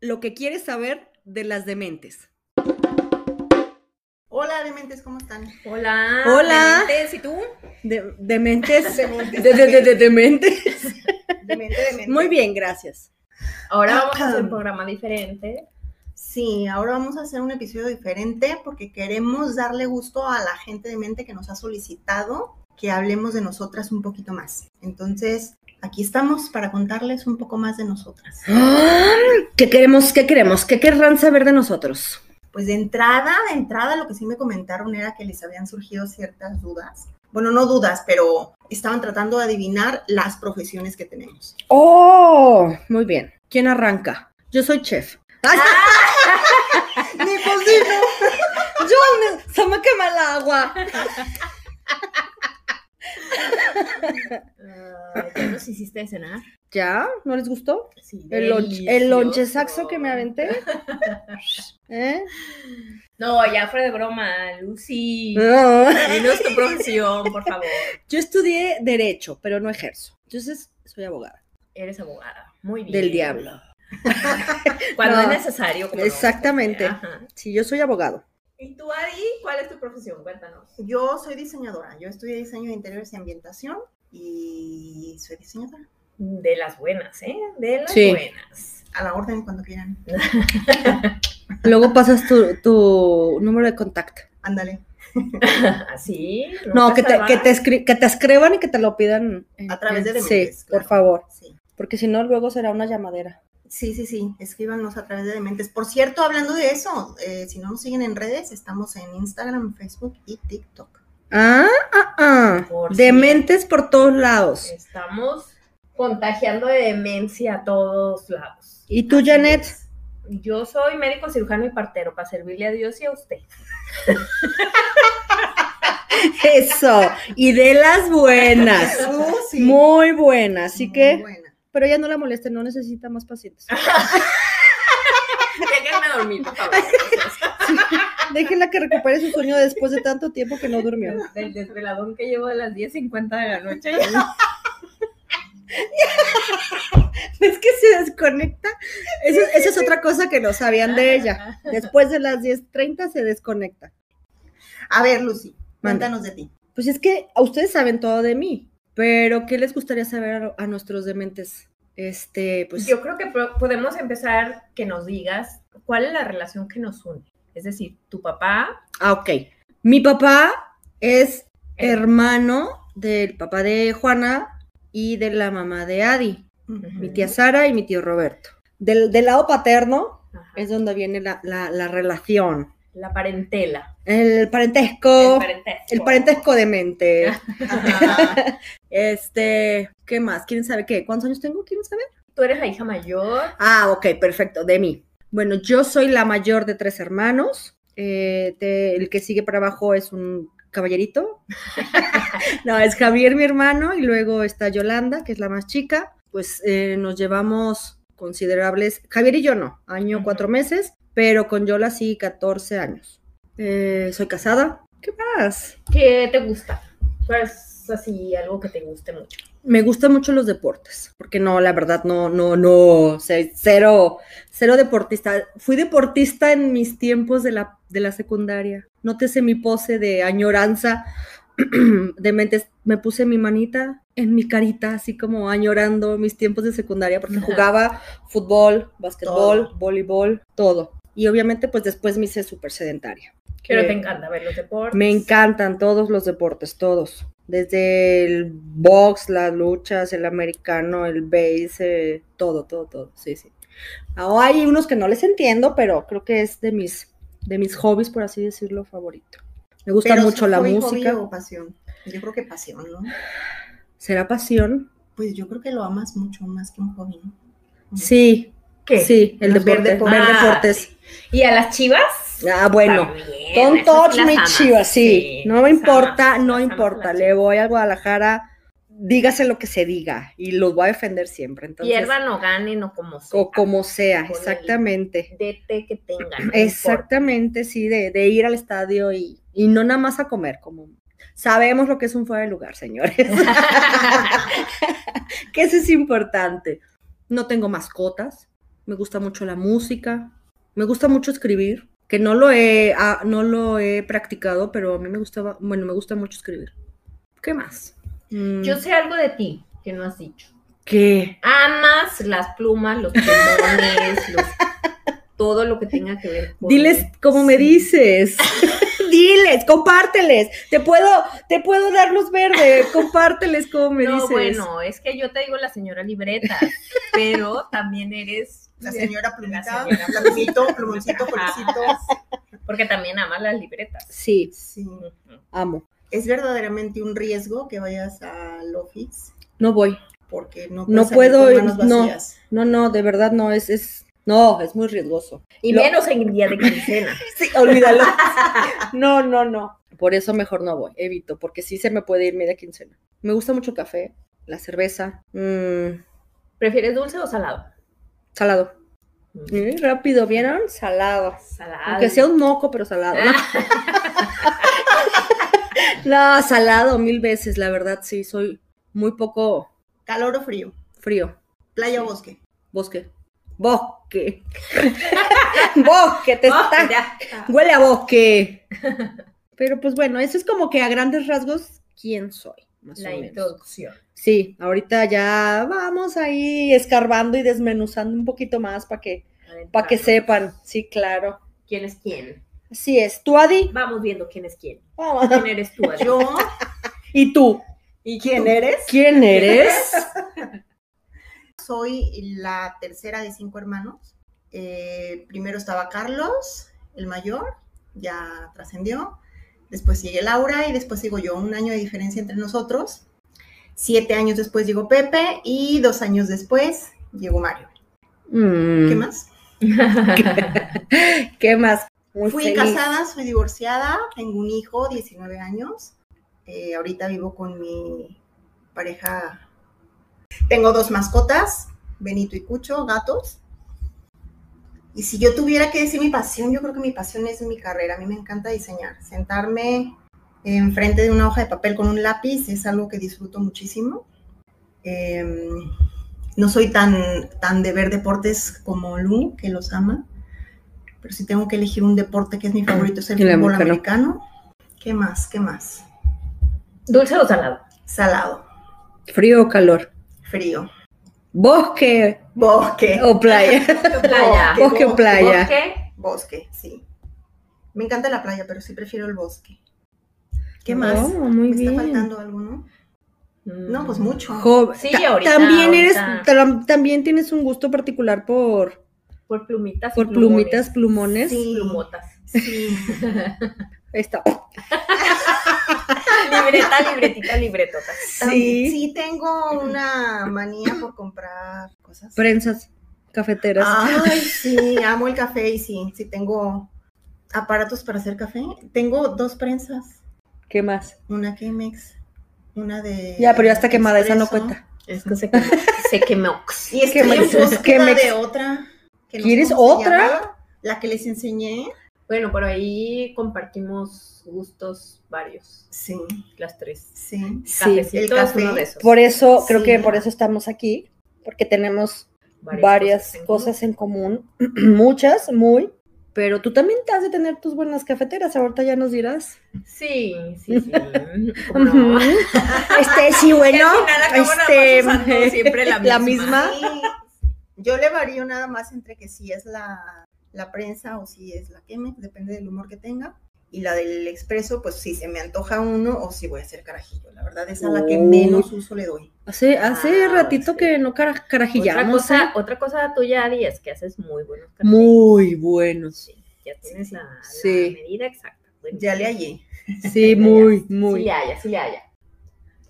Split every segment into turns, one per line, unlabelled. lo que quieres saber de las dementes.
Hola, dementes, ¿cómo están?
Hola.
Hola.
dementes, ¿Y tú?
De- dementes.
Dementes.
De, de- de- de- dementes.
Demente, demente.
Muy bien, gracias.
Ahora vamos a hacer un programa diferente.
Sí, ahora vamos a hacer un episodio diferente porque queremos darle gusto a la gente de mente que nos ha solicitado que hablemos de nosotras un poquito más. Entonces, aquí estamos para contarles un poco más de nosotras.
Ah, ¿Qué queremos? ¿Qué queremos? ¿Qué querrán saber de nosotros?
Pues de entrada, de entrada, lo que sí me comentaron era que les habían surgido ciertas dudas. Bueno, no dudas, pero estaban tratando de adivinar las profesiones que tenemos.
Oh, muy bien. ¿Quién arranca? Yo soy chef. pues
¡Ni posible!
Yo me, se me quema el agua.
Ah, ¿Ya nos hiciste de cenar?
¿Ya? ¿No les gustó?
Sí.
El, lonche- el lonche saxo
delicioso.
que me aventé. ¿Eh?
No, ya fuera de broma, Lucy.
No.
Dinos tu profesión, por favor.
Ah. Yo estudié derecho, pero no ejerzo. Entonces, soy abogada.
Eres abogada. Muy bien.
Del diablo.
Cuando
No.
es necesario. como no.
Exactamente.
Ajá.
Sí, yo soy abogado.
¿Y tú, Adi, cuál es tu profesión? Cuéntanos.
Yo soy diseñadora. Yo estudié diseño de interiores y ambientación y soy diseñadora.
De las buenas, ¿eh? De las
Sí.
buenas.
A la orden cuando quieran.
Luego pasas tu, tu número de contacto.
Ándale.
Así.
No, que te,
salvas.
que, te escri- que te escriban y que te lo pidan. en-
A través de
en-
dementes,
Sí,
claro.
por favor.
Sí.
Porque si no, luego será una llamadera.
Sí, sí, sí. Escríbanos a través de Dementes. Por cierto, hablando de eso, eh, si no nos siguen en redes, estamos en Instagram, Facebook y TikTok.
Ah, ah, ah.
Por
Dementes por todos lados.
Estamos contagiando de demencia a todos lados.
¿Y tú, Janet?
Yo soy médico cirujano y partero para servirle a Dios y a usted.
Eso. Y de las buenas. Muy buenas. Así que,
Muy buena.
pero ella no la moleste, no necesita más pacientes.
Déjenme dormir, por favor.
Déjenla que recupere su sueño después de tanto tiempo que no durmió.
Del desveladón que llevo de las 10.50 de la noche.
Es que se desconecta. Eso- esa es otra cosa que no sabían de ella. Después de las 10:30 se desconecta.
A ver, Lucy,
Mande.
cuéntanos de ti.
Pues es que a ustedes saben todo de mí, pero ¿qué les gustaría saber a, a nuestros dementes? Este, pues
Yo creo que pro- podemos empezar que nos digas cuál es la relación que nos une. Es decir, tu papá,
Ah, ok. Mi papá es hermano del papá de Juana y de la mamá de Adi, mi tía Sara y mi tío Roberto. Del, del lado paterno
ajá,
es donde viene la, la- la relación,
la parentela.
el parentesco, Oh, el parentesco,
parentesco.
de mente.
Ajá.
Este, ¿qué más? ¿Quieren saber qué? ¿Cuántos años tengo? ¿Quieren saber?
Tú eres la hija mayor.
Ah, ok, perfecto, de mí. Bueno, yo soy la mayor de tres hermanos. eh, de- el que sigue para abajo es un caballerito. no, es Javier, mi hermano, y luego está Yolanda, que es la más chica. Pues eh, nos llevamos considerables. Javier y yo no, año,
Ujú.
cuatro meses, pero con Yola sí, 14 años. Eh, soy casada. ¿Qué más?
¿Qué te gusta? Pues así, algo que te guste mucho.
Me gustan mucho los deportes, porque no, la verdad, no, no, no, soy cero, cero deportista. Fui deportista en mis tiempos de la, de la secundaria. Nótese mi pose de añoranza de mentes. Me puse mi manita en mi carita, así como añorando mis tiempos de secundaria, porque
Ajá.
jugaba fútbol, básquetbol,
Todo.
voleibol, todo. Y obviamente, pues después me hice súper sedentaria. Eh,
Pero
Que-
te encanta ver los deportes.
me encantan todos los deportes, todos. Desde el box, las luchas, el americano, el base, eh, todo, todo, todo. Sí, sí. Ahora hay unos que no les entiendo, pero creo que es de mis, de mis hobbies, por así decirlo, favorito. Me gusta
Pero,
mucho la
¿hobby, hobby
música.
o pasión? Yo creo que pasión, ¿no?
¿Será pasión?
Pues yo creo que lo amas mucho más que un hobby, ¿no?
Sí,
¿Qué?
sí, el
Los
deporte,
verde
verde,
por-
Ah,
fortes.
¿Y a las chivas?
Ah, bueno.
También,
Don't
esas
touch
las
me,
amas,
chivas, sí. No me
las
importa,
amas,
no
las amas a
importa.
las
Le voy al Guadalajara, dígase lo que se diga y los voy a defender siempre.
chivas.
Entonces,
Pierdan o ganen o como sea.
o como sea,
Con el-
exactamente.
Dete que tengan. no
Exactamente, sí, de, de ir al estadio y, y no nada más a comer, como sabemos lo que es un fuera de lugar, señores.
importa.
que eso es importante. No tengo mascotas, me gusta mucho la música, me gusta mucho escribir, que no lo he, ah, no lo he practicado, pero a mí me gustaba, bueno, me gusta mucho escribir. ¿Qué más? Mm,
Yo sé algo de ti que no has dicho.
¿Qué?
Amas las plumas, los plumones, los- todo lo que tenga que ver con.
Diles como me
Sí.
dices. Diles, compárteles. Te puedo, te puedo dar luz verde. Compárteles como me
No,
dices.
bueno, es que yo te digo la señora libreta, pero también eres. pues,
La señora plumita,
señora
la plumito, plumoncito,
Ajá.
colorcito.
Porque también amas las libretas.
Sí,
Sí.
amo.
Es verdaderamente un riesgo que vayas al office
No voy.
porque no,
No
puedes salir
puedo
con
ir,
manos
no.
vacías.
No, no, de verdad no es, es, no, es muy riesgoso.
Y
Lo-
menos en día de quincena.
Sí, olvídalo. No, no, no. Por eso mejor no voy, evito, porque sí se me puede ir media quincena. Me gusta mucho el café, la cerveza, mm,
¿Prefieres dulce o salado?
salado. Mm, rápido, ¿vieron? Salado.
Salado.
Aunque sea un moco, pero salado. No, salado mil veces, la verdad, sí, soy muy poco
Calor o frío,
frío.
playa o bosque.
Bosque. Bosque. bosque, te
Ah,
está.
ya.
Huele a bosque. Pero pues bueno, eso es como que a grandes rasgos quién soy, más
La
o menos.
introducción.
Sí, ahorita ya vamos ahí escarbando y desmenuzando un poquito más para que, para que sepan. Sí, claro.
¿Quién es quién?
Así es. ¿Tú, Adi?
Vamos viendo quién es quién.
Vamos.
¿Quién eres tú? Adri?
Yo,
¿Y tú?
¿y quién eres?
¿Quién eres?
Soy la tercera de cinco hermanos. Eh, primero estaba Carlos, el mayor, ya trascendió. Después sigue Laura y después sigo yo. Un año de diferencia entre nosotros. Siete años después llegó Pepe y dos años después llegó Mario.
Mm,
¿Qué más?
¿Qué más? Muy
Fui
feliz.
casada, soy divorciada, tengo un hijo, 19 años. Eh, ahorita vivo con mi pareja. Tengo dos mascotas, Benito y Cucho, gatos. Y si yo tuviera que decir mi pasión, yo creo que mi pasión es mi carrera. A mí me encanta diseñar. Sentarme enfrente de una hoja de papel con un lápiz es algo que disfruto muchísimo. Eh, no soy tan, tan de ver deportes como Lu, que los ama. Pero si tengo que elegir un deporte que es mi favorito, es el
El
fútbol
americano.
americano. ¿Qué más? ¿Qué más?
¿Dulce o salado?
Salado,
¿Frío o calor?
frío,
¿Bosque
bosque,
o playa?
Playa.
¿Bosque o playa?
Bosque.
bosque, sí. Me encanta la playa, pero sí prefiero el bosque. ¿Qué
No,
más?
muy
¿Me
bien. Mm.
está faltando algo, no? No, pues mucho.
Joven.
Sí,
Ta-
ahorita,
También eres,
ahorita.
tam- también tienes un gusto particular por,
Por plumitas. y
por
plumones.
plumitas, plumones.
Sí. Ah,
Plumotas.
Sí.
Ahí está.
Libreta, libretita, libretota.
Tam-
Sí.
Sí, tengo una manía por comprar cosas.
Prensas, cafeteras.
Ay, sí, amo el café y sí, sí tengo aparatos para hacer café. Tengo dos prensas,
¿Qué más?
una Chemex, una de
Ya, pero ya está quemada, esa no
expreso.
cuenta.
Es que se quemó. Se quemó.
Y estoy
Chemex.
en búsqueda
Chemex.
de otra. que no sé
¿Quieres
cómo se
otra?
llama, La que les enseñé.
Bueno, por ahí compartimos gustos varios,
Sí,
las tres.
sí.
Sí.
Cafecito
el café.
es uno de esos.
Por eso, creo
Sí.
que por eso estamos aquí, porque tenemos varias
en
cosas en común, muchas, muy, pero tú también te has de tener tus buenas cafeteras, ahorita ya nos dirás.
común. Sí, sí, sí. ¿Cómo
Ujú.
no?
Este, sí, bueno, este,
al final acabo nada más usando siempre la
la
misma.
misma.
Sí, Yo le varío nada más entre que si es la, la prensa o si es la Chemex, depende del humor que tenga. y la del expreso, pues si se me antoja uno o si voy a hacer carajillo. La verdad es a la
Oh.
que menos uso le doy.
Hace, hace
Ah,
ratito
sí.
que no cara-
Otra
carajillamos.
cosa,
¿eh?
otra cosa tuya, Adi, es que haces muy buenos cafés.
Muy buenos.
Sí, ya tienes la, la
Sí.
medida exacta. Bueno,
Ya le hallé.
Sí, muy, muy.
Sí le haya, sí le haya.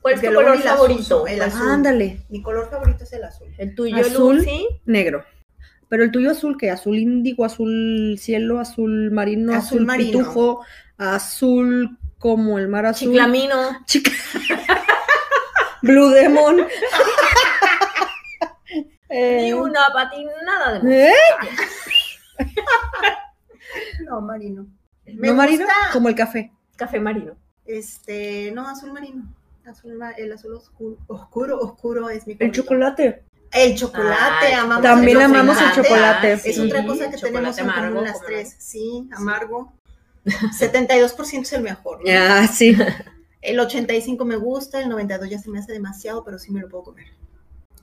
¿Cuál es
Porque
tu
luego
color
ni las
favorito?
uso, el
¿Cuál-
azul.
Ándale,
Mi color favorito es el azul.
El tuyo,
Azul.
Lucy.
negro. Pero el tuyo azul, ¿qué? Azul índigo, azul cielo, azul marino,
Azul
azul,
marino.
pitufo, azul como el mar azul.
Chiclamino.
Chica. Blue Demon. Eh,
Y una patinada de mosca.
¿eh?
No, marino. Me
¿No marino?
gusta,
Como el café.
Café marino.
Este, no, azul marino. Azul, ma- el azul oscuro, oscuro, oscuro es mi
El
favorito.
chocolate.
El chocolate,
Ah,
amamos
También
el
amamos el chocolate.
Es
Sí,
otra cosa
el
que
chocolate
tenemos en
amargo,
común las
¿cómo no?
tres. Sí, amargo. 72% es el mejor. ¿no?
Ah, sí.
El 85 me gusta, el 92 ya se me hace demasiado, pero sí me lo puedo comer.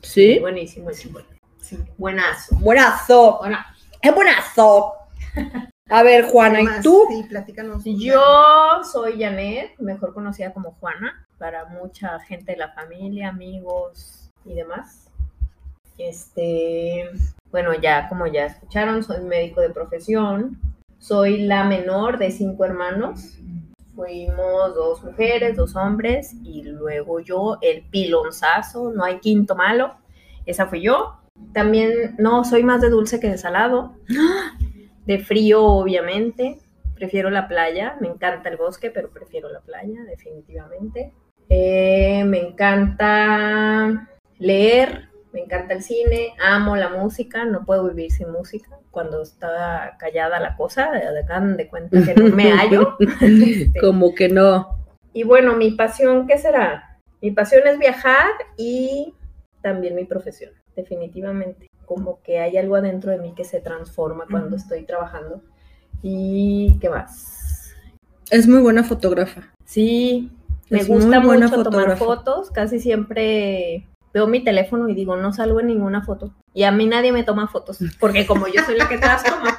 ¿Sí?
Buenísimo, buenísimo.
Sí.
Buenazo.
Buenazo.
Bueno,
Es buenazo. A ver, Juana,
¿Qué
¿y
más?
tú?
Sí, platícanos.
Yo soy Janet, mejor conocida como Juana, para mucha gente de la familia, amigos y demás. Este, bueno, ya como ya escucharon, soy médico de profesión. Soy la menor de cinco hermanos. Fuimos dos mujeres, dos hombres y luego yo, el pilonzazo, no hay quinto malo. Esa fui yo. También, no, soy más de dulce que de salado. De frío, obviamente. Prefiero la playa, me encanta el bosque, pero prefiero la playa, definitivamente. Eh, me encanta leer, me encanta el cine, amo la música, no puedo vivir sin música. Cuando está callada la cosa, hagan de cuenta que no me hallo. Este,
Como que no.
y bueno, mi pasión, ¿qué será? Mi pasión es viajar y también mi profesión, definitivamente. Como que hay algo adentro de mí que se transforma
Ujú.
cuando estoy trabajando. ¿Y qué más?
Es muy buena fotógrafa.
Sí, me
Es
gusta
muy buena
mucho tomar
fotógrafa.
fotos. Casi siempre veo mi teléfono y digo, no salgo en ninguna foto. Y a mí nadie me toma fotos, porque como yo soy la que te las toma,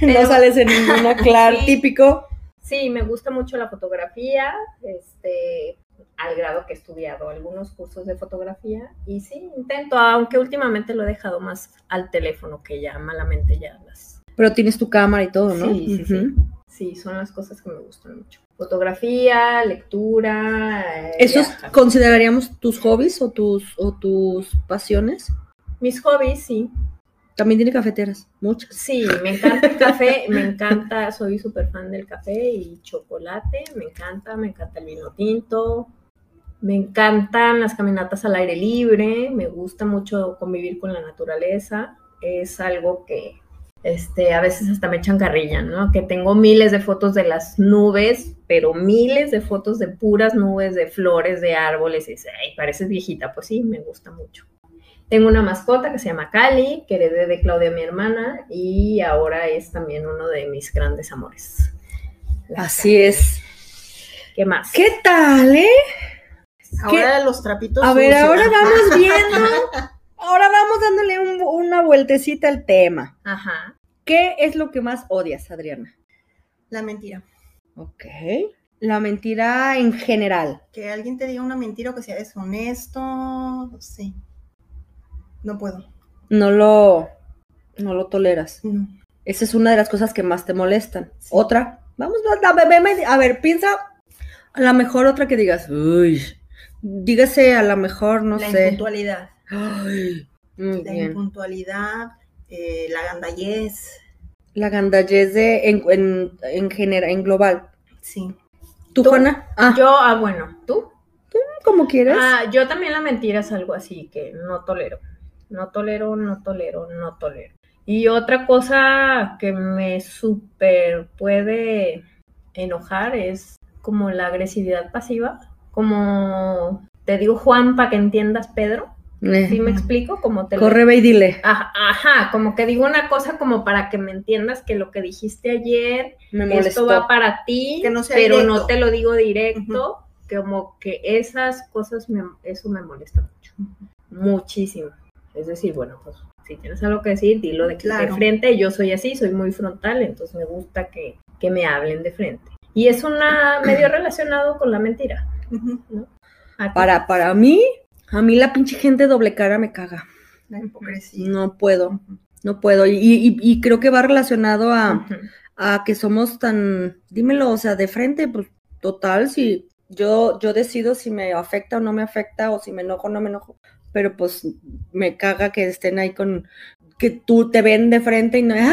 Pero-
No sales en ninguna clar,
Sí.
típico.
Sí, me gusta mucho la fotografía, este, al grado que he estudiado algunos cursos de fotografía y sí, intento, aunque últimamente lo he dejado más al teléfono, que ya malamente ya las...
Pero tienes tu cámara y todo, ¿no?
Sí, sí, sí.
Ujú.
Sí, son las cosas que me gustan mucho. Fotografía, lectura. eh,
¿Esos
viajar.
consideraríamos tus hobbies o tus, o tus pasiones?
Mis hobbies, sí.
También tiene cafeteras, muchas.
Sí, me encanta el café, me encanta, soy súper fan del café y chocolate, me encanta, me encanta el vino tinto, me encantan las caminatas al aire libre, me gusta mucho convivir con la naturaleza, es algo que este, a veces hasta me echan carrilla, ¿no? Que tengo miles de fotos de las nubes, pero miles de fotos de puras nubes, de flores, de árboles, y dices, ay, pareces viejita, pues sí, me gusta mucho. Tengo una mascota que se llama Cali, que heredé de Claudia, mi hermana, y ahora es también uno de mis grandes amores. La
Así
Cali.
es.
¿Qué más?
¿Qué tal, eh?
Ahora los trapitos.
A ver,
sucios.
ahora vamos viendo, ahora vamos dándole un- una vueltecita al tema.
Ajá.
¿Qué es lo que más odias, Adriana?
La mentira.
Ok. La mentira en general.
Que alguien te diga una mentira o que sea deshonesto. Sí. No puedo.
No lo, no lo toleras.
No.
Esa es una de las cosas que más te molestan.
Sí.
Otra, vamos, a, a ver, a ver, piensa, a lo mejor otra que digas, uy, dígase a lo mejor, no
la
sé.
impuntualidad.
Ay, muy
La
bien.
impuntualidad, eh, la gandallez.
La gandallez de, en, en, en general, en global.
Sí.
¿Tú,
Tú.
Juana? Ah,
Yo, ah, bueno, ¿tú?
como quieras.
Ah, yo también la mentira es algo así que no tolero. No tolero, no tolero, no tolero. Y otra cosa que me súper puede enojar es como la agresividad pasiva. Como te digo Juan para que entiendas Pedro.
Eh,
¿Sí me explico? Como te lo-
Corre, ve y dile.
Ajá, ajá, como que digo una cosa como para que me entiendas que lo que dijiste ayer
Me
esto
molestó.
va para ti,
Que no sea
pero
directo.
no te lo digo directo, como que esas cosas, me, eso me molesta mucho, muchísimo. Es decir, bueno, pues si tienes algo que decir, dilo de, de
Claro.
frente, yo soy así, soy muy frontal, entonces me gusta que, que me hablen de frente. Y es una medio relacionado con la mentira.
Ujú,
¿A ti?
Para, para mí, a mí la pinche gente doble cara me caga.
La hipocresía.
No puedo, no puedo. Y, y- y creo que va relacionado a,
Ujú.
a que somos tan, dímelo, o sea, de frente, pues total, si yo, yo decido si me afecta o no me afecta, o si me enojo o no me enojo, pero pues me caga que estén ahí con, que tú te ven de frente y no, ay, ay,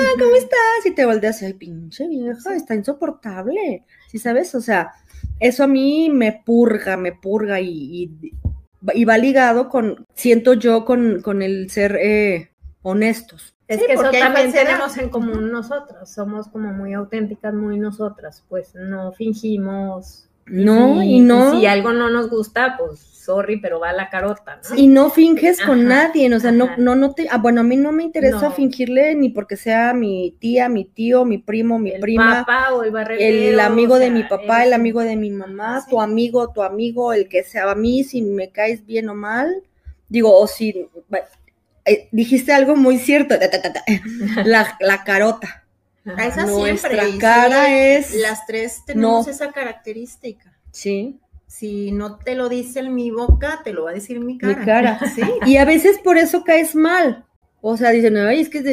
hola, ¿cómo estás? Y te volteas, ay, pinche vieja, está insoportable, ¿sí sabes? O sea, eso a mí me purga, me purga y, y, y va ligado con, siento yo, con, con el ser eh, honestos.
Es
Sí, que eso
porque hay
también
falsedad.
tenemos en común nosotras. Somos como muy auténticas, muy nosotras. Pues no fingimos.
No,
Y-
y no.
Si algo no nos gusta, pues sorry, pero va la carota, ¿no?
Y no finges con
Ajá,
nadie, o sea, no,
ajá.
no, no te, ah, bueno, a mí no me interesa
No.
fingirle ni porque sea mi tía, mi tío, mi primo, mi
el
prima,
papá o el barrendero,
el amigo
o
de
sea,
mi papá, el
eres-
amigo de mi mamá,
Ajá, sí.
tu amigo, tu amigo, el que sea, a mí si me caes bien o mal, digo, o si, va- eh, dijiste algo muy cierto, ta, ta, ta, ta, la, la carota,
Ajá.
A esa
nuestra
siempre. y
cara
sí,
es,
Las tres tenemos
No.
esa característica.
sí,
Si no te lo dice en mi boca, te lo va a decir en mi cara.
Mi cara.
Sí.
Y a veces por eso caes mal. O sea, dicen, ay, es que es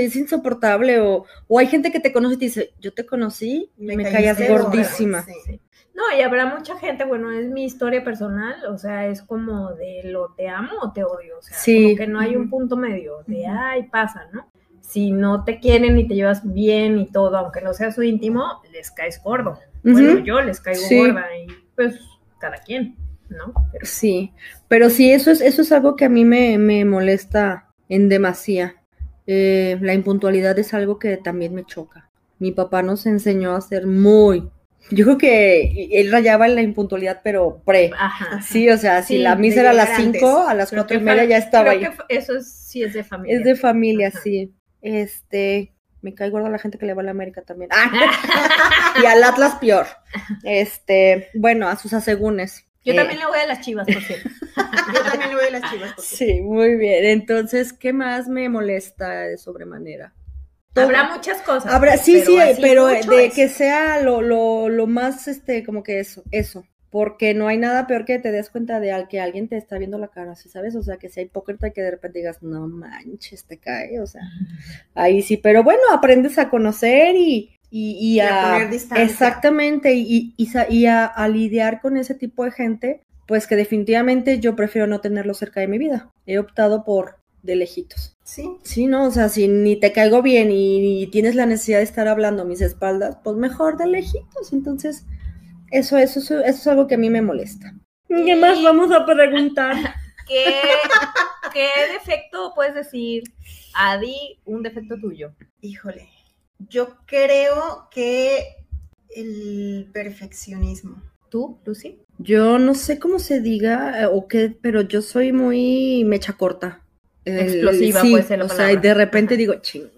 insoportable. O, o hay gente que te conoce y te dice, yo te conocí y me, caías
caíste gorda,
gordísima.
sí.
Sí. No, y habrá mucha gente, bueno, es mi historia personal, o sea, es como de lo te amo o te odio, o sea,
Sí.
como que no hay un
Ujú.
punto medio, de
Ujú.
ay, pasa, ¿no? Si no te quieren y te llevas bien y todo, aunque no sea su íntimo, les caes gordo. Bueno,
Ujú.
yo les caigo
Sí.
gorda y pues cada quien, ¿no? Pero
Sí, pero sí, eso es, eso es algo que a mí me, me molesta en demasía. Eh, la impuntualidad es algo que también me choca. Mi papá nos enseñó a ser muy... Yo creo que él rayaba en la impuntualidad, pero pre.
Ajá.
Sí, o sea, si
Sí,
la misa
de
era a las
llegar antes.
5, a las
Creo
4 y
que
media
fa-
ya estaba ahí.
creo que eso es- sí es de familia.
Es de familia,
Ajá.
sí. Este, me cae gorda la gente que le va a la América también. ¡Ah! y al Atlas peor. Este, bueno, a sus asegúnes.
Yo
Eh,
también le voy a las chivas, por cierto.
Yo también le voy a las chivas. porque-
Sí, muy bien. Entonces, ¿qué más me molesta de sobremanera? Todo-
Habrá muchas cosas.
Habrá- sí, sí,
así
pero
mucho
de
es-
que sea lo, lo, lo más, este, como que eso, eso. Porque no hay nada peor que te des cuenta de al que alguien te está viendo la cara, ¿sí sabes? O sea, que sea hipócrita y que de repente digas, no manches, te cae, o sea. Ahí sí, pero bueno, aprendes a conocer y, y, y
Y a
a,
poner distancia.
exactamente, y, y sa- y a, a lidiar con ese tipo de gente, pues que definitivamente yo prefiero no tenerlo cerca de mi vida. He optado por de lejitos.
Sí.
Sí, no, o sea, si ni te caigo bien y, y tienes la necesidad de estar hablando a mis espaldas, pues mejor de lejitos. Entonces, eso, eso, eso, eso es algo que a mí me molesta. ¿Qué más vamos a preguntar?
¿Qué, qué defecto puedes decir, Adi, un defecto tuyo?
Híjole. Yo creo que el perfeccionismo.
¿Tú, Lucy?
Yo no sé cómo se diga eh, o qué, pero yo soy muy mecha corta. El-
Explosiva,
sí,
puede ser la
o sea,
palabra.
y de repente
Ajá.
digo, chinga.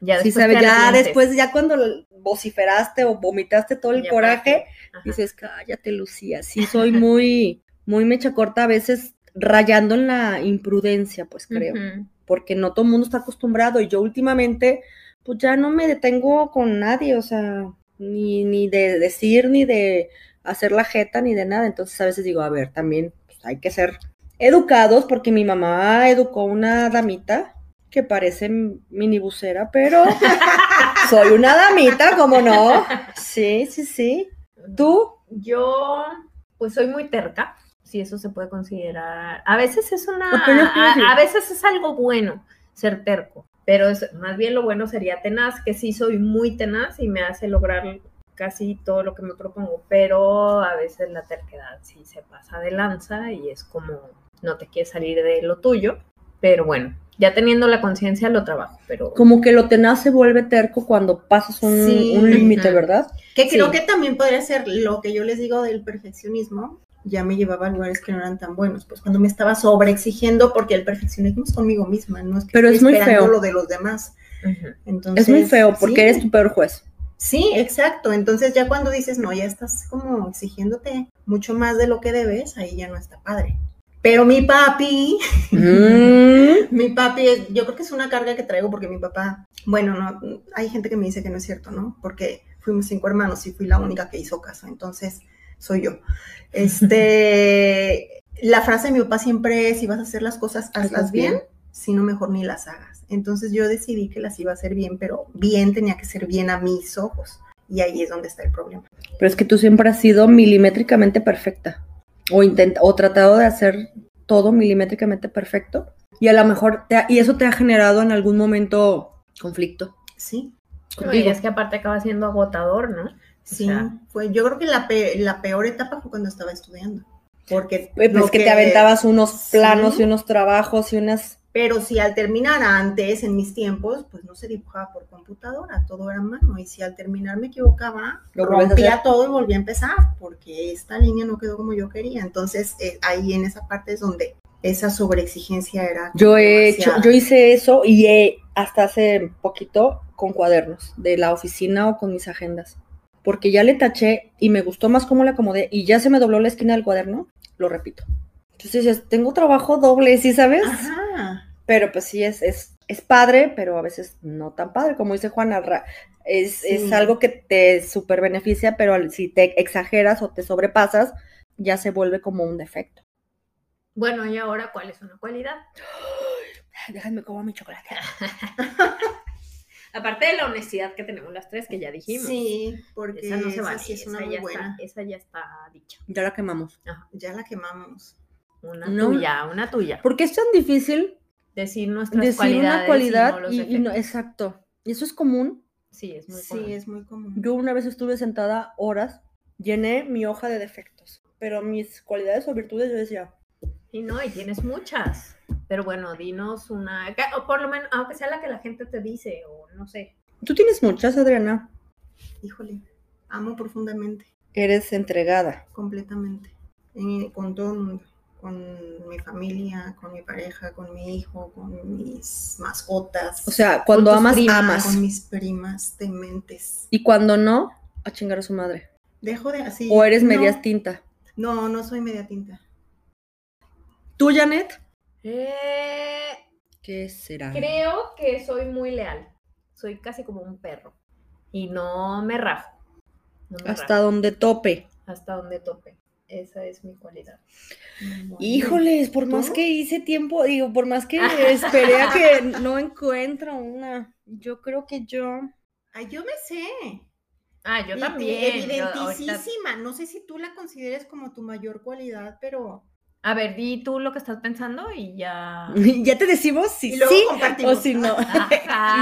Ya
Sí,
después
sabe,
te
ya
arrepientes.
después, ya cuando lo- vociferaste o vomitaste todo el
Ya
coraje,
Ajá.
dices, cállate, Lucía. Sí, soy muy, muy mecha corta, a veces rayando en la imprudencia, pues creo
Ujú.
porque no todo el mundo está acostumbrado y yo últimamente pues ya no me detengo con nadie, o sea, ni, ni de decir, ni de hacer la jeta, ni de nada. Entonces a veces digo, a ver, también pues, hay que ser educados porque mi mamá educó una damita que parece m- minibucera, pero soy una damita, ¿cómo no? Sí, sí, sí. ¿Tú?
Yo, pues soy muy terca, si eso se puede considerar. A veces es una,
Lo peor que sí.
a, a veces es algo bueno ser terco, pero es, más bien lo bueno sería tenaz, que sí soy muy tenaz y me hace lograr casi todo lo que me propongo, pero a veces la terquedad sí se pasa de lanza y es como no te quieres salir de lo tuyo, pero bueno, ya teniendo la conciencia lo trabajo, pero
Como que lo tenaz se vuelve terco cuando pasas un,
Sí.
un límite,
Ujú.
¿verdad?
Que creo
Sí.
que también podría ser lo que yo les digo del perfeccionismo. Ya me llevaba a lugares que no eran tan buenos. Pues cuando me estaba sobreexigiendo, porque el perfeccionismo es conmigo misma, no es que
Pero
esté
es muy
esperando
feo.
lo de los demás.
ujú.
Entonces,
Es muy feo porque
sí.
eres tu peor juez.
Sí, exacto. Entonces ya cuando dices, no, ya estás como exigiéndote mucho más de lo que debes, ahí ya no está padre. Pero mi papi,
Mm,
mi papi, es- yo creo que es una carga que traigo porque mi papá, bueno, no, hay gente que me dice que no es cierto, ¿no? Porque fuimos cinco hermanos y fui la única que hizo casa, entonces soy yo. Este, la frase de mi papá siempre es, si vas a hacer las cosas, hazlas bien, si no mejor ni las hagas. Entonces yo decidí que las iba a hacer bien, pero bien tenía que ser bien a mis ojos. Y ahí es donde está el problema.
Pero es que tú siempre has sido milimétricamente perfecta. O, intenta, o tratado de hacer todo milimétricamente perfecto. Y a lo mejor, te ha- y eso te ha generado en algún momento conflicto.
Sí,
No, y
contigo.
es que aparte acaba siendo agotador, ¿no?
sí.
sea-
fue, yo creo que la, pe- la peor etapa fue cuando estaba estudiando. Porque
Eh, Pues
lo
es que, te aventabas unos
Sí.
planos y unos trabajos y unas...
Pero si al terminar antes, en mis tiempos, pues no se dibujaba por computadora, todo era a mano. Y si al terminar me equivocaba,
Lo volvías a
rompía
hacer.
todo y volví a empezar, porque esta línea no quedó como yo quería. Entonces, eh, ahí en esa parte es donde esa sobreexigencia era.
Yo he hecho,
demasiada.
yo hice eso y he- hasta hace poquito con cuadernos de la oficina o con mis agendas. Porque ya le taché y me gustó más cómo la acomodé y ya se me dobló la esquina del cuaderno, lo repito. Entonces dices, tengo trabajo doble, ¿sí sabes?
Ajá.
Pero pues sí, es, es, es padre, pero a veces no tan padre. Como dice Juana, ra- es, es
Sí.
algo que te super beneficia, pero al- si te exageras o te sobrepasas, ya se vuelve como un defecto.
Bueno, y ahora, ¿cuál es una cualidad?
Ay, déjame como mi chocolate.
Aparte de la honestidad que tenemos las tres, que ya dijimos.
Sí, porque
pues, Esa no se va.
sí es una
esa,
muy
ya
buena.
está, esa ya está dicha.
Ya la quemamos.
Ya la quemamos.
Una
No.
tuya, una tuya.
Porque es tan difícil
Decir nuestras
decir
cualidades.
una cualidad
y, no los
y, y no-
defectos.
exacto. Y eso es común.
Sí, es muy
sí,
común.
es muy común.
Yo una vez estuve sentada horas, llené mi hoja de defectos, pero mis cualidades o virtudes yo decía,
Y no, y tienes muchas. Pero bueno, dinos una, ca- o por lo menos, aunque sea la que la gente te dice, o no sé.
tú tienes muchas, Adriana.
Híjole, amo profundamente.
Eres entregada.
completamente. En- eh, con todo el mundo. Con mi familia, con mi pareja, con mi hijo, con mis mascotas.
O sea, cuando
tus
amas,
primas,
amas.
Con mis primas dementes.
Y cuando no, a chingar a su madre.
Dejo de así.
O eres
no,
medias tinta.
No, no soy media tinta.
¿Tú, Janet?
Eh,
¿Qué será?
creo que soy muy leal. Soy casi como un perro. Y no me rajo. No me
Hasta
rajo.
donde tope.
Hasta donde tope. Esa es mi cualidad.
Bueno.
Híjoles, por más
¿Tú?
que hice tiempo, digo, por más que esperé a que no encuentro una. Yo creo que yo.
Ay, yo me sé.
Ah, yo
Y-
también. yo ahorita-
Evidentísima. No sé si tú la consideres como tu mayor cualidad, pero.
A ver, di tú lo que estás pensando y ya.
Ya te decimos si
Y luego
sí o
compartimos.
si no. Ah.
Ajá.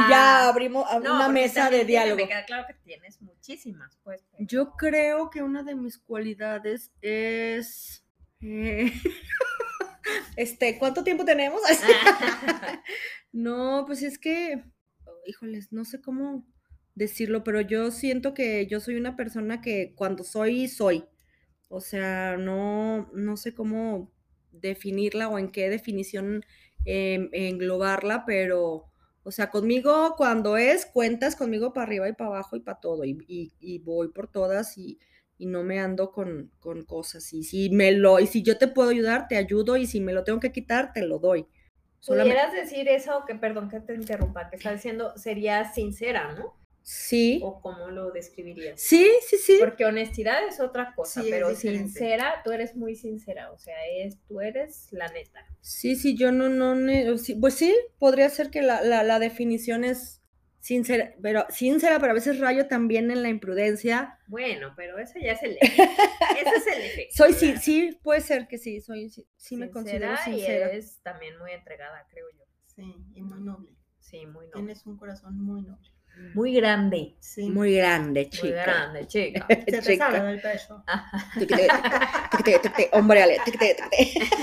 Y ya abrimos ab-
No,
una
porque
mesa de
también tiene-
diálogo.
Me queda claro que tienes muchísimas, pues. pero-
Yo creo que una de mis cualidades es. eh, Este, ¿cuánto tiempo tenemos? No, pues es que, oh, híjoles, no sé cómo decirlo, pero yo siento que yo soy una persona que cuando soy, soy. O sea, no, no sé cómo definirla o en qué definición em, englobarla, pero, o sea, conmigo cuando es, cuentas conmigo para arriba y para abajo y para todo, y, y- y voy por todas y, y no me ando con, con cosas. Y si me lo, y si yo te puedo ayudar, te ayudo, y si me lo tengo que quitar, te lo doy. Solamente-
¿Pudieras decir eso? Que perdón que te interrumpa, que estás diciendo, sería sincera, ¿no?
Sí.
¿O cómo lo describirías?
Sí, sí, sí.
Porque honestidad es otra cosa,
Sí, es
pero
diferente.
sincera, tú eres muy sincera, o sea, es, tú eres la neta.
Sí, sí, yo no, no, ne- o sí, pues sí, podría ser que la, la- la definición es sincera, pero sincera, pero a veces rayo también en la imprudencia.
Bueno, pero eso ya es el efecto. Ese es el efecto.
Soy, sí,
¿verdad?
sí, puede ser que sí, soy, sí, sí me considero
Sincera y
sincera.
eres también muy entregada, creo yo.
Sí, y muy noble.
Sí, muy noble.
Tienes un corazón muy noble.
Muy grande.
Sí.
Muy grande,
Muy
chica.
grande, chica.
Se te sale
chica.
del pecho.
Tuquete, tuquete, tuquete, Hombre, ale, tuquete,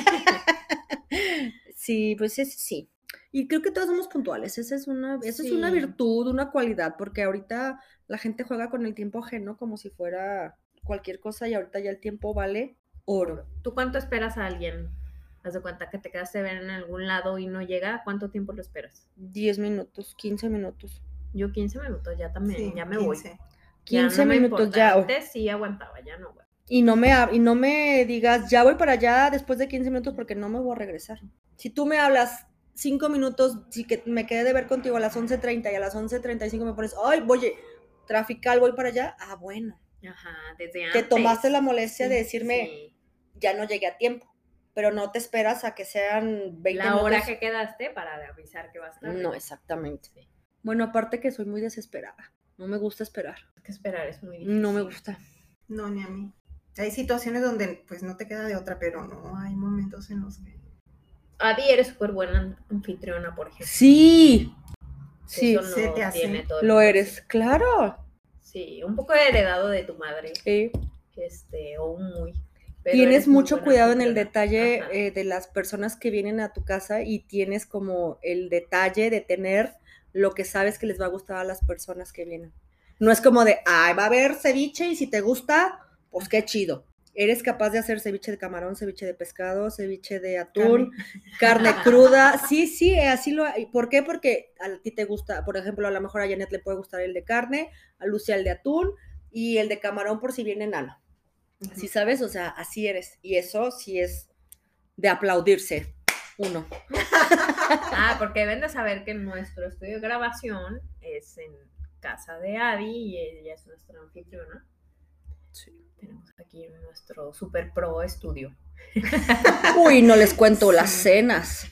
tuquete. Sí, pues es, sí. Y creo que todos somos puntuales. Esa es una, esa es una
Sí.
virtud, una cualidad, porque ahorita la gente juega con el tiempo ajeno como si fuera cualquier cosa y ahorita ya el tiempo vale oro.
¿Tú cuánto esperas a alguien? Haz de cuenta que te quedaste de ver en algún lado y no llega, ¿cuánto tiempo lo esperas?
10 minutos, 15 minutos.
Yo 15 minutos ya también,
Sí,
ya me voy.
15.
Ya
15
no me
minutos
importa,
ya. o-
Antes sí aguantaba, ya no, güey.
Y no, me, hab- y no me digas, ya voy para allá después de 15 minutos porque no me voy a regresar. Si tú me hablas 5 minutos, si que me quedé de ver contigo a las 11.30 y a las 11.35 me pones, ay, oye, trafical, voy para allá. Ah, bueno.
Ajá, desde
Te
antes.
tomaste la molestia de
Ah, pues, Sí,
decirme,
sí.
ya no llegué a tiempo, pero no te esperas a que sean 20
la hora
minutos.
que quedaste para avisar que vas tarde.
No, exactamente. Bueno, aparte que soy muy desesperada. No me gusta esperar.
Es que esperar es muy difícil.
No me gusta.
No, ni a mí. Hay situaciones donde pues no te queda de otra, pero no, hay momentos en los que...
A ti eres súper buena anfitriona, por ejemplo.
Sí. Sí,
Eso no
se te hace.
tiene todo el
lo
mundo.
eres. Claro.
Sí, un poco heredado de tu madre,
Sí.
este, o muy. pero
Tienes
eres muy
mucho
buena
cuidado en el
anfitriona.
detalle
Ajá.
eh, de las personas que vienen a tu casa y tienes como el detalle de tener lo que sabes que les va a gustar a las personas que vienen. No es como de, ay, va a haber ceviche y si te gusta, pues qué chido. Eres capaz de hacer ceviche de camarón, ceviche de pescado, ceviche de atún, carne, cruda. Sí, sí, eh, así lo. y ¿Por qué? Porque a ti te gusta, por ejemplo, a lo mejor a Janet le puede gustar el de carne, a Lucia el de atún y el de camarón por si viene enano. Sí, sabes, o sea, así eres. Y eso sí es de aplaudirse. Uno.
Ah, porque deben de saber que nuestro estudio de grabación es en casa de Adi y ella es nuestra anfitriona. Tenemos aquí nuestro super pro estudio.
Uy, no les cuento las cenas.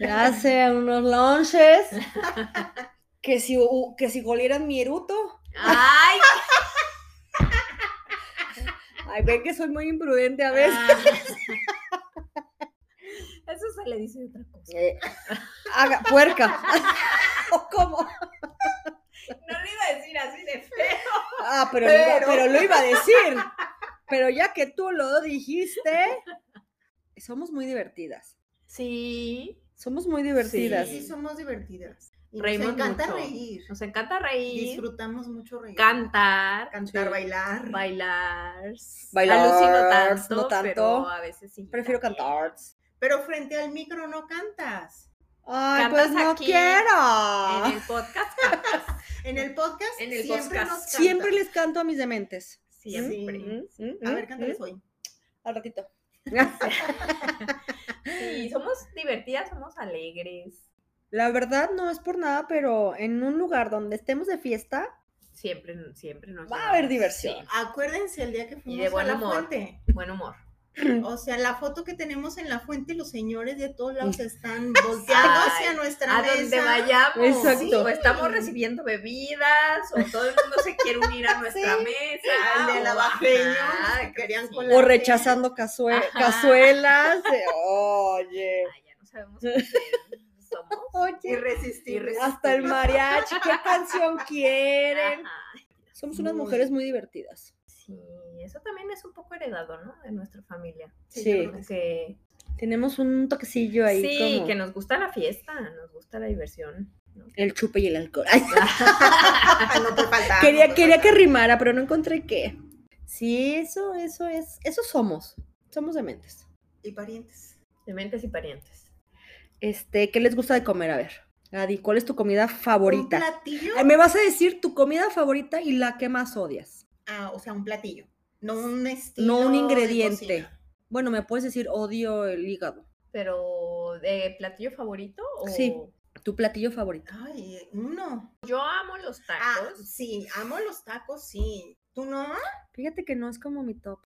Ya hace unos lunches. Que si, u- que si golieran mi eruto.
¡Ay!
Ay, ven que soy muy imprudente a
Ah.
veces.
Eso se le dice otra cosa.
Eh, haga, puerca. ¿O cómo?
No lo iba a decir así de feo.
Ah, pero, lo iba-
Pero.
pero lo iba a decir. Pero ya que tú lo dijiste, somos muy divertidas.
Sí.
Somos muy divertidas.
Sí, somos divertidas. Y nos
Reímos
encanta
mucho.
reír.
Nos encanta reír,
Disfrutamos mucho reír.
cantar,
Cantar,
Sí.
bailar.
bailar.
Bailar,
Alucino tanto,
no tanto.
pero a veces sí.
Prefiero
también.
cantar.
Pero frente al micro no cantas.
Ay,
Cantas
pues no
aquí, En
quiero.
el podcast cantas.
En el podcast
En el
siempre
podcast.
nos cantas.
Siempre les canto a mis dementes.
Siempre.
Mm, mm,
A
mm,
ver, cántales
mm.
hoy.
Al ratito.
Sí, somos divertidas, somos alegres.
La verdad no es por nada, pero en un lugar donde estemos de fiesta,
Siempre, siempre nos
Va a
llevamos,
haber diversión.
Acuérdense el día que fuimos
buen
a la
humor.
fuente.
sí, buen humor.
O sea, la foto que tenemos en la fuente, los señores de todos lados están volteando
Ay,
hacia nuestra
A
mesa.
donde vayamos.
Exacto.
O estamos recibiendo bebidas, o todo el mundo se quiere unir a nuestra
Sí.
mesa.
Al de
o-
la Bajeño,
Ajá,
que querían
sí. Ah,
colar.
o rechazando casue-
Ajá.
cazuelas. eh, Oye.
Ay, ya no sabemos qué somos.
Oye.
Irresistibles.
Hasta el mariachi. ¿Qué canción quieren?
Ajá.
Somos unas
Muy.
mujeres muy divertidas.
Sí, eso también es un poco heredado, ¿no? De nuestra familia.
Sí.
yo creo que-
Tenemos un toquecillo ahí.
sí,
como
que nos gusta la fiesta, nos gusta la diversión. ¿no?
El chupe y el alcohol. Ay.
Ah,
no te faltaba.
Quería, quería que rimara, pero no encontré qué. Sí, eso, eso es. Eso somos. Somos dementes.
Y parientes.
Dementes y parientes.
Este, ¿qué les gusta de comer? A ver. Adi, ¿cuál es tu comida
¿Un
favorita?
platillo?
Ay, Me vas a decir tu comida favorita y la que más odias.
Ah, o sea, un platillo. No un estilo.
No un
de
ingrediente.
cocina.
Bueno, me puedes decir odio el hígado.
Pero, ¿de platillo favorito? O...
Sí. Tu platillo favorito.
Ay, uno.
Yo amo los
Ah,
tacos.
sí, amo los tacos, sí. ¿Tú no?
Fíjate que no es como mi top.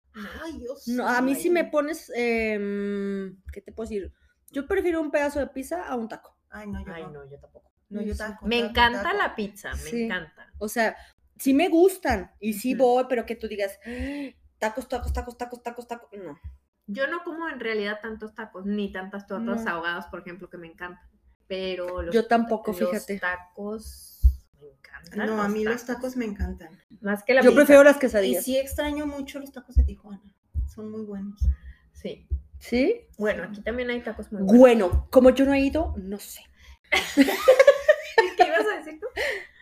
Ay, yo sí.
No, a mí sí me pones. em, ¿Qué te puedo decir? Yo prefiero un pedazo de pizza a un taco.
Ay, no, yo
Ay,
no.
no, yo tampoco.
No, yo
Sí.
taco,
Me
taco,
encanta
taco.
la pizza, me
Sí.
encanta.
O sea, sí me gustan y sí
Ujú.
voy, pero que tú digas "Ah, tacos, tacos, tacos, tacos, tacos, tacos. No.
Yo no como en realidad tantos tacos, ni tantas tortas
No.
ahogadas, por ejemplo, que me encantan. Pero los,
Yo tampoco,
los
fíjate.
tacos me encantan.
No, a mí los tacos me encantan.
Más que la
Yo
pizza.
prefiero las
Y
quesadillas. Sí?
sí extraño mucho los tacos de Tijuana. Son muy buenos.
Sí. Bueno, aquí también hay tacos muy buenos.
Bueno, como yo no he ido, no sé.
¿Qué ibas a decir tú?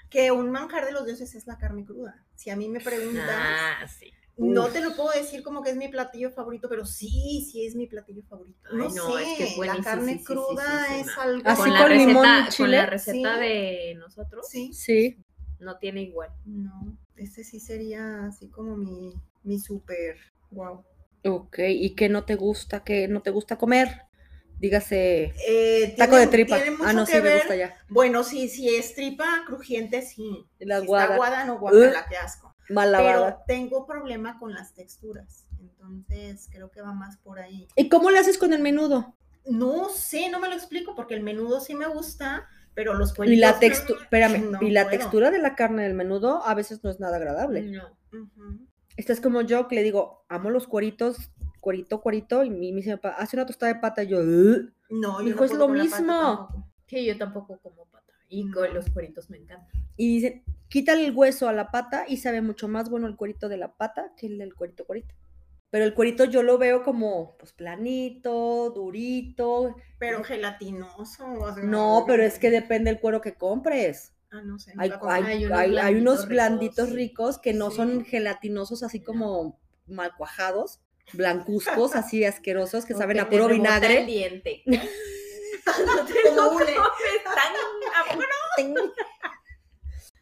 Que un manjar de los dioses es la carne cruda. Si a mí me preguntas,
Ah, sí.
no
uf.
te lo puedo decir como que es mi platillo favorito, pero sí, sí es mi platillo favorito.
Ay,
no,
no,
sé,
es que es
la
buenísimo,
carne
sí, sí, sí,
cruda
sí, sí,
es
no.
algo.
Así
con, la
con
receta,
limón y
con
chile.
la receta
Sí.
de nosotros
Sí.
Sí.
no tiene igual.
No, este sí sería así como mi mi súper wow.
Ok, ¿y qué no te gusta? ¿Qué no te gusta comer? Dígase,
Eh,
taco
tiene-
de tripa.
tiene mucho
Ah, no,
que
sí, me
ver.
gusta ya.
Bueno, sí, si es tripa crujiente, sí.
Y La
si
guada,
está guada, no guacala, qué asco.
mal lavada.
Pero tengo problema con las texturas, entonces creo que va más por ahí.
¿Y cómo le haces con el menudo?
No sé, no me lo explico, porque el menudo sí me gusta, pero los cuellitos...
Y la textura,
mm,
espérame,
no
y la
puedo. Mm.
textura de la carne del menudo a veces no es nada agradable.
No.
Ujú.
Esta es como yo que le digo, amo los cueritos, cuerito, cuerito, y mi, mi señor, pa- hace una tostada de pata y yo, "Ugh".
No, yo
Mijo,
no
es
puedo
lo
con la pata
mismo.
tampoco.
Sí, yo tampoco como pata. Y con
No.
los cueritos me encantan.
y dicen, quítale el hueso a la pata y sabe mucho más bueno el cuerito de la pata que el del cuerito cuerito. Pero el cuerito yo lo veo como, pues, planito, durito.
Pero gelatinoso. o sea,
No, pero es que depende del cuero que compres.
Ah, no sé.
Hay,
nunca comí.
hay-
Hay
hay- hay
unos
unos
blanditos
blanditos
ricos.
ricos que no
Sí.
son gelatinosos, así como mal cuajados, blancuzcos, así asquerosos, que saben a puro vinagre.
diente.
Como hule.
Ting.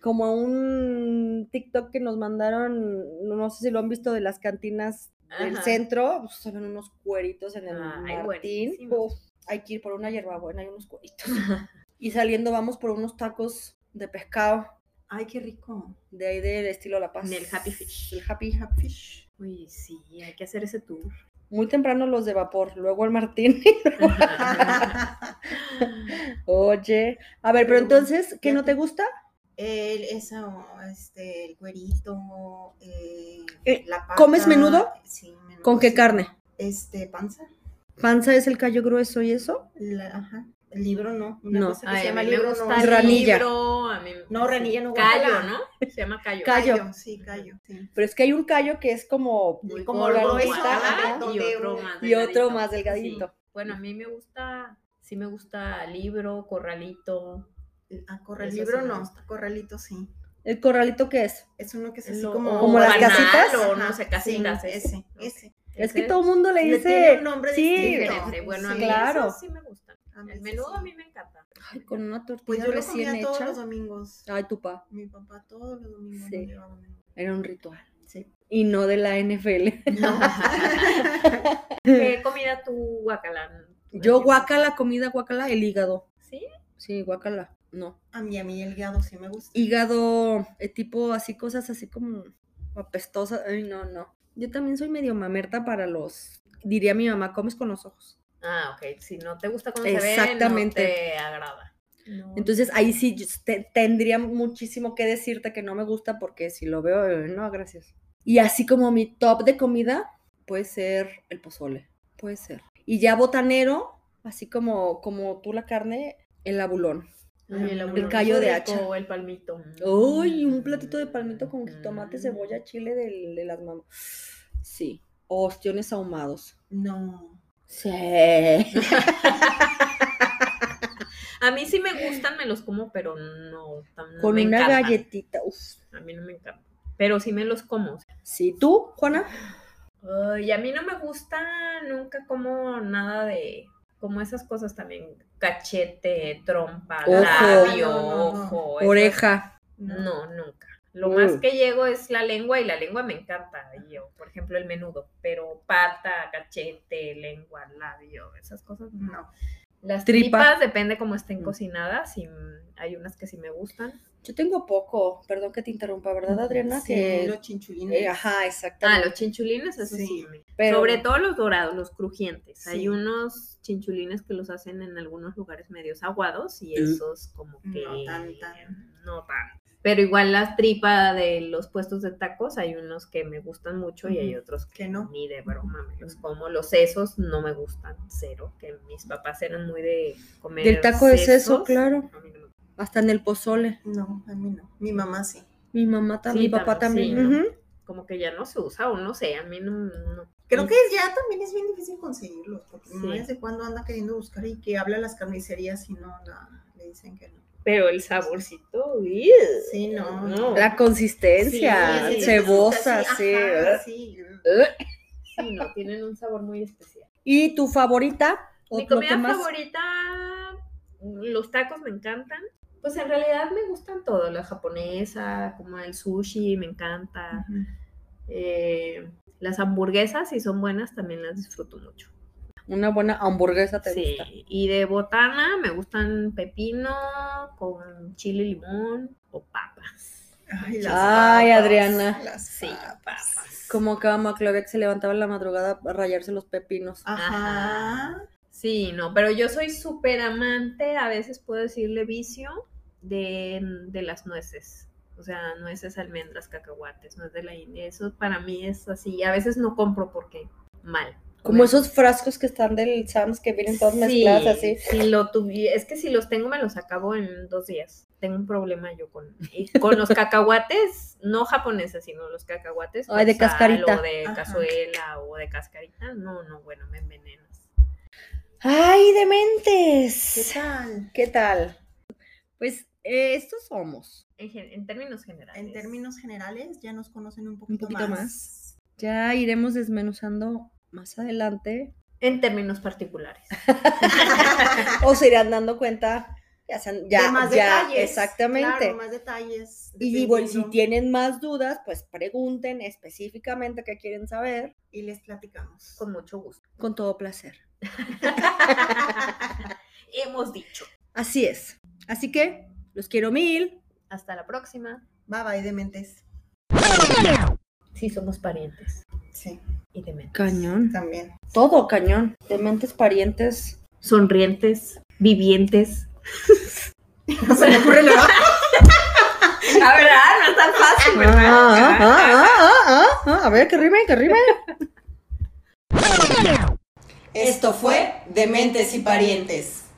Como a un TikTok que nos mandaron, no sé si lo han visto, de las cantinas del
Ajá.
centro, pues, saben unos cueritos en el
Ay,
Martín.
buenísimos.
Uf, hay que ir por una hierbabuena y unos cueritos. y saliendo vamos por unos tacos de pescado,
Ay, qué rico.
de ahí del estilo La Paz.
Del Happy Fish.
El Happy.
Hija fish.
Uy, sí, hay que hacer ese tour.
Muy temprano los de vapor, luego el Martín. Oye, a ver, pero
Pero bueno,
entonces, ¿qué no te gusta?
El, eso, este, el güerito, eh,
Eh,
la pata.
¿comes menudo?
Sí, menudo.
¿Con qué
sí.
carne?
Este, panza.
¿Panza es el callo grueso y eso?
La, ajá. El libro no. Una
No.
cosa que
Ay,
se
a
llama
mí me
libro
gusta
no.
el
Ranilla.
libro, a mí-
No, ranilla no
Callo,
guacala.
¿no? Se llama callo.
Ca- Callo.
Sí, callo. Sí.
Pero es que hay un callo que es como
Muy
como
gordo,
grueso,
ajá,
y
donde
otro
un-
más
y otro
delgadito.
más delgadito.
Sí. Bueno, a mí me gusta, sí me gusta libro, corralito.
Ah, corre el
Eso sí
libro
me
no.
gusta.
Corralito sí.
¿El corralito qué es?
Es uno que es así
Lo-
como.
Como las
banal,
casitas.
o
Ajá, sí,
ese,
ese,
ese.
Es que
Ese
todo el mundo le
Le tiene
dice
un nombre
sí,
distinto.
diferente. Bueno, a
Sí.
mí
Claro.
esos sí me gusta.
A mí
El
sí,
menudo
sí.
a mí me encanta.
"Ay, con una
Pues
tortilla
yo lo
recién
comía todos
hecha.
los domingos.
Ay, tu pa,
Mi papá todos los domingos
Sí.
me llevaba menudo.
era un ritual.
Sí.
Y no de la NFL.
Pues
¿Qué comida tú guacala?
Yo guacala, comida guacala, el hígado.
¿Sí?
Sí, guacala. No.
A mí, a mí el guiado sí me gusta.
Hígado, eh, tipo así, cosas así como apestosas. Ay, no, no. Yo también soy medio mamerta para los. Diría mi mamá, comes con los ojos.
Ah, ok. Si no te gusta cómo se ve, no
Exactamente.
te agrada.
Entonces ahí sí yo te- tendría muchísimo que decirte que no me gusta porque si lo veo, eh, no, gracias. Y así como mi top de comida puede ser el pozole, puede ser. Y ya botanero, así como como tú la carne, el abulón.
Ay,
El
abulón,
callo
muy
de
rico,
hacha.
El palmito.
Uy, un platito de palmito con jitomate,
Mm.
cebolla, chile del- de las mamas. Sí, o ostiones ahumados.
No.
Sí.
A mí sí me gustan, me los como, pero no. tan- no
Con
me
una
encantan.
galletita. Uf.
A mí no me encanta. Pero sí me los como.
Sí, tú, Juana,
Pues, Ay, a mí no me gusta, nunca como nada de. Como esas cosas también. Cachete, trompa,
Ojo.
labio,
No, no, no.
ojo. esas-
oreja.
No, nunca. Lo
Mm.
más que llego es la lengua y la lengua me encanta. y Yo, por ejemplo, el menudo, pero pata, cachete, lengua, labio, esas cosas no.
No.
Las
Tripa.
tripas depende cómo estén
Mm.
cocinadas y mm, hay unas que sí me gustan.
Yo tengo poco, perdón que te interrumpa, ¿verdad, Adriana?
Sí,
que
los chinchulines.
Eh, ajá,
Ah,
exactamente.
los chinchulines, eso sí.
Sí,
me-
pero-
Sobre todo los dorados, los crujientes. Hay
Sí.
unos chinchulines que los hacen en algunos lugares medios aguados y
Mm.
esos como que
No tan, tan.
no tan. Pero igual las tripas de los puestos de tacos, hay unos que me gustan mucho y hay
Ujú.
otros que
Que no.
ni de broma me los como. Los sesos no me gustan, cero, que mis papás eran muy de comer
Del taco de seso,
sesos.
claro.
A mí no me-
Hasta en el pozole.
No, a mí no. Mi mamá sí.
Mi mamá también,
Sí,
mi papá
también,
también.
sí, ¿no?
ujú.
Como que ya no se usa o no sé, a mí no- no
Creo que es ya también es bien difícil conseguirlos, porque mi mamá
Mm. Sí.
desde cuando anda queriendo buscar y que habla a las carnicerías y no la- le dicen que no.
Pero el saborcito, uy,
Sí, no,
no.
La consistencia,
Sí, sí, sí,
cebosa,
Así,
sí.
ajá, sí.
Sí, no, tienen un sabor muy especial.
¿Y tu favorita? ¿O
Mi
lo
comida
que más-
favorita, los tacos me encantan. Pues en realidad me gustan todo, la japonesa, como el sushi, me encanta.
Ujú.
Eh, las hamburguesas, si son buenas, también las disfruto mucho.
Una buena hamburguesa te
Sí,
gusta.
y de botana me gustan pepino con chile limón o papas.
Ay,
Ay,
papas,
Adriana.
las
Sí,
papas.
Como acá Maclavia que se levantaba en la madrugada a rayarse los pepinos.
Ah, Ajá.
Sí, no, pero yo soy súper amante, a veces puedo decirle vicio, de, de las nueces. O sea, nueces, almendras, cacahuates, nuez de la India. Eso para mí es así. A veces no compro porque mal.
Como
Bueno.
esos frascos que están del Sam's que vienen todas
Sí,
mezcladas así.
Si lo tuvi- es que si los tengo me los acabo en dos días. Tengo un problema yo con, y con los cacahuates, no japoneses, sino los cacahuates.
Ay, de
con sal
cascarita.
O de
Ajá.
cazuela o de cascarita. No, no, bueno, me envenenas.
¡Ay,
¿Qué
dementes!
tal?
¿Qué tal? Pues eh, estos somos.
En, gen- en términos generales.
En términos generales, ya nos conocen un poquito,
poquito
más.
Ya iremos desmenuzando más adelante.
En términos particulares.
O se irán dando cuenta. Ya, se han- ya,
De más
ya,
detalles.
exactamente.
Claro, más detalles.
Y digo, y si
dependiendo.
tienen más dudas, pues pregunten específicamente qué quieren saber.
Y les platicamos.
Con mucho gusto.
Con todo placer.
Hemos dicho.
Así es. Así que los quiero mil.
Hasta la próxima.
Bye bye, dementes.
Sí, somos parientes
Sí,
y dementes.
Cañón.
también.
Todo cañón. Dementes parientes.
Sonrientes, vivientes.
No se me ocurre lo
La verdad, no es tan fácil,
Ah, ah, ah, ah, ah, ah. A ver, que rime, que rime.
Esto fue Dementes y Parientes.